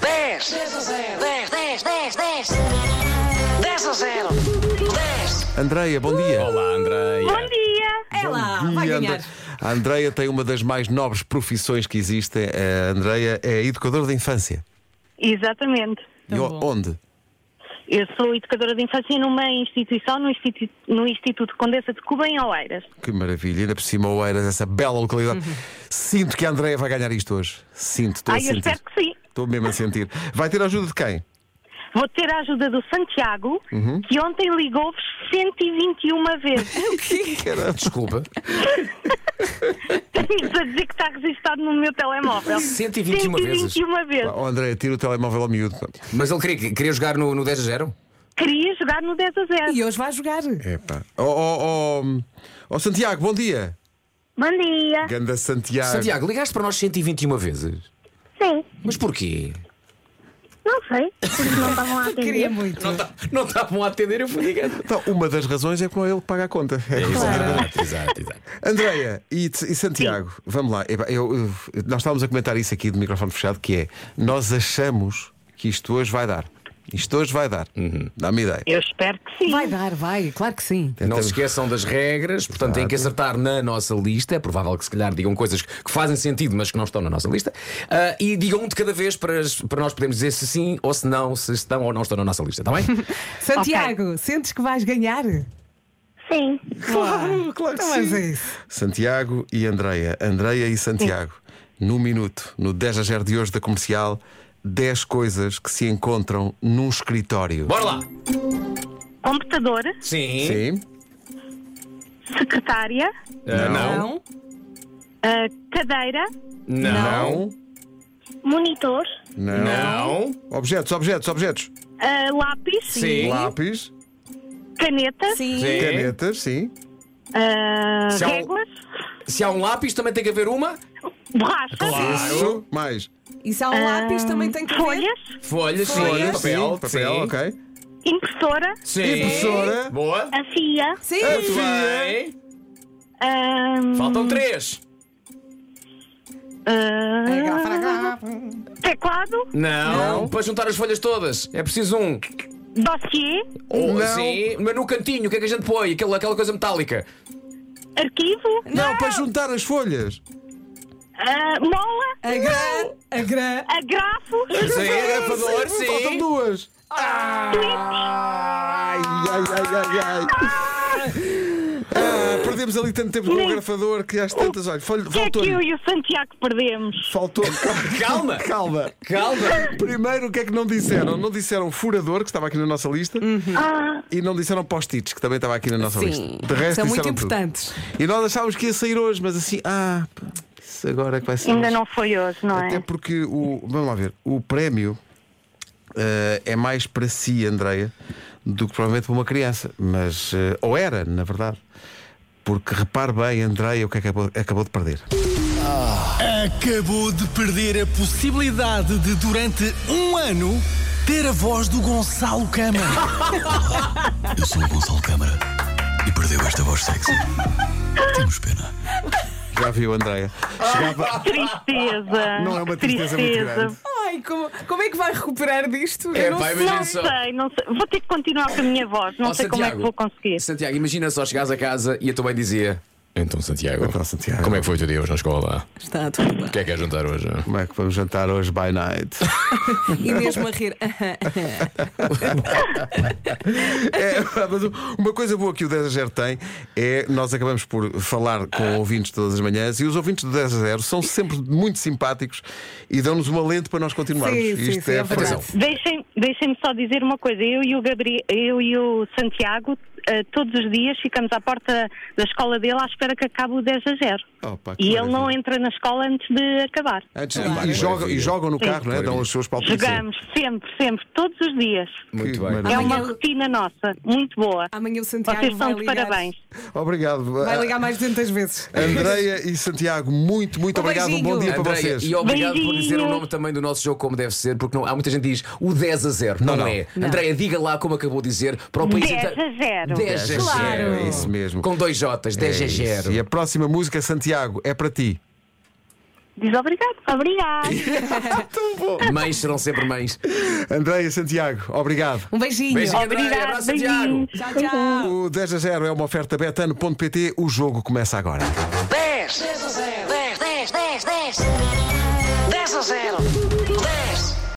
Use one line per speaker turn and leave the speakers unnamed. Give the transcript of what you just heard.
10 a 0. 10, 10, 10, 10. 10 a 0. 10.
Andreia, bom dia.
Olá,
Bom
Andréia.
dia!
Ela
Bom dia,
vai
Andra-
ganhar.
A Andreia tem uma das mais nobres profissões que existem. A Andreia é educadora de infância.
Exatamente.
Tão
e o-
bom.
onde?
Eu sou educadora de infância numa instituição, no Instituto, no Instituto Condessa de Cuba, em Oeiras.
Que maravilha. Ainda por cima, Oeiras, essa bela localidade. Sinto que a Andreia vai ganhar isto hoje. Sinto, estou a
Ai, eu
sentir.
espero que sim.
Estou mesmo a sentir. Vai ter a ajuda de quem?
Vou ter a ajuda do Santiago, que ontem ligou-vos 121 vezes.
Desculpa.
Tenho-vos a dizer que está registado no meu telemóvel.
121 vezes.
121 vezes.
Oh, Andreia, tira o telemóvel ao miúdo.
Mas ele queria, queria jogar no, no 10 a 0?
Queria jogar no 10 a 0.
E hoje vai jogar.
Epá. Oh, oh, oh, oh, Santiago, bom dia.
Bom dia!
Ganda Santiago.
Santiago, ligaste para nós 121 vezes.
Sim,
Mas porquê?
não sei, porque não estavam a atender.
Queria muito.
Não estavam a atender, eu fui ligando.
Então, uma das razões é que não é ele que paga a conta.
Exato, exato, exato.
Andreia e, e Santiago, vamos lá. Epá, eu- eu- nós estávamos a comentar isso aqui do microfone fechado, que é nós achamos que isto hoje vai dar. Isto hoje vai dar. Dá-me ideia.
Eu espero que sim.
Vai dar, vai, claro que sim.
Então-
Não se esqueçam das regras, portanto têm que acertar na nossa lista. É provável que se calhar digam coisas que fazem sentido, mas que não estão na nossa lista. Ah, e digam um de cada vez para, para nós podermos dizer se sim ou se não, se estão ou não estão na nossa lista, está bem?
Santiago, sentes que vais ganhar?
Sim.
Claro,
claro que
então
sim.
Mas é isso.
Santiago e Andreia. Andreia e Santiago. No minuto, no 10 a 0 de hoje da comercial, 10 coisas que se encontram num escritório.
Bora lá!
Computador,
Sim.
Sim.
secretária,
Ah, não.
Não?
ah, cadeira,
Não.
monitor,
Não.
Não.
Objetos, objetos, objetos.
ah, lápis,
Sim.
Lápis,
caneta,
Sim.
Sim.
canetas, sim.
ah,
São-
réguas,
Se há um lápis, também tem que haver uma.
borracha,
Isso. Mais.
E se há um lápis também tem que haver?
ah, folhas,
Folhas, sim.
Folhas,
Papel,
Sim, é papel,
sim.
ok.
impressora,
Sim.
Impressora.
Boa.
a fia,
Sim.
Muito bem.
ah,
Faltam três.
ah,
Agá, fará, agá.
teclado,
Não. Para juntar as folhas todas. É preciso um.
dossiê,
Ou
Não.
assim. Mas no cantinho, o que é que a gente põe? Aquela, aquela coisa metálica.
arquivo,
Não, para juntar as folhas.
ah, mola,
Agrá, agrá.
agrafo,
Sim.
é
Gravador,
Faltam
sim.
duas.
ah,
Ai, ai, ai, ai, ai. Ah, perdemos ali tanto tempo com o
Nem-
grafador que às tantas, olha,
o que é que
faltou.
eu e o Santiago perdemos?
Faltou.
Calma.
Calma.
Calma.
Primeiro, o que é que não disseram? Não disseram furador, que estava aqui na nossa lista,
Ah,
e não disseram post-its, que também estava aqui na nossa
Sim.
lista.
é
De resto,
São muito
disseram tudo.
importantes.
E nós achávamos que ia sair hoje, mas assim, ah, pá, isso agora é que vai ser.
ainda
hoje.
não foi hoje, não
Até
é?
porque o. Vamos lá ver, o prémio eh, é mais para si, Andreia, do que provavelmente para uma criança. Mas. eh, ou era, na verdade. Porque repare bem, Andreia, o que é que acabou, acabou de perder.
Acabou de perder a possibilidade de, durante um ano, ter a voz do Gonçalo Câmara. Eu sou o Gonçalo Câmara e perdeu esta voz sexy. Temos pena.
Já viu, Andreia? Chegava.
Tristeza.
Não é uma tristeza muito grande.
Ai, como, como é que vai recuperar disto?
É,
Eu não
pá,
sei.
imagina
Não
só.
sei, não sei. Vou ter que continuar com a minha voz. Não
Ó,
sei como é que
Santiago.
vou conseguir.
Santiago, imagina só chegares a casa e a tua mãe dizia. Então, Santiago,
Então, Santiago.
como é que foi o teu dia hoje na escola?
Está tudo
O que é que é jantar hoje?
Como é que vamos jantar hoje by night?
bem. E mesmo a rir.
É, mas uma coisa boa que o 10 a 0 tem é nós acabamos por falar com ouvintes todas as manhãs e os ouvintes do 10 a 0 são sempre muito simpáticos e dão-nos uma lente para nós continuarmos.
Sim, sim,
Isto
sim,
é,
é verdade.
atenção.
Deixem- Deixem-me só dizer uma coisa. Eu e o, Gabriel, eu e o Santiago, eh, todos os dias, ficamos à porta da escola dele à espera que acabe o 10 a 0.
Opa, que
e ele não
maravilha.
entra na escola antes de acabar.
Antes,
Claro.
É, e, jogam, e
Maravilha.
jogam no
Sim.
carro, não é? dão os seus palpites.
Jogamos sempre, sempre, todos os dias.
Que
Muito bem.
É uma
Amanhã-
rotina nossa, muito boa.
Amanhã o Santiago
Vocês
vai
estão de
ligar.
parabéns.
Obrigado. Ah,
Vai ligar mais de 200 vezes.
É. Andreia e Santiago, muito, muito
Um
obrigado. Um bom dia
beijinho.
para
Andreia,
vocês.
E obrigado por
Beijinhos.
dizer o nome também do nosso jogo como deve ser, porque não- há muita gente que diz o 10 a 0.
Não,
Não,
não.
é.
Não.
Andréia, diga lá como acabou de dizer para o país
10 a 0.
10 a 0.
Claro.
É isso mesmo.
Com dois J's, 10
É
a
isso.
0.
E a próxima música, Santiago, é para ti.
Diz obrigado. Obrigado.
Mães serão sempre mães.
Andreia Santiago, obrigado.
Um beijinho.
Beijinho, André.
Obrigado,
Abraço, Santiago.
beijinhos.
Tchau, tchau.
O 10 a 0 é uma oferta betano.pt. O jogo começa agora.
10 10 a 0 10 10 10 10 10 a 0 10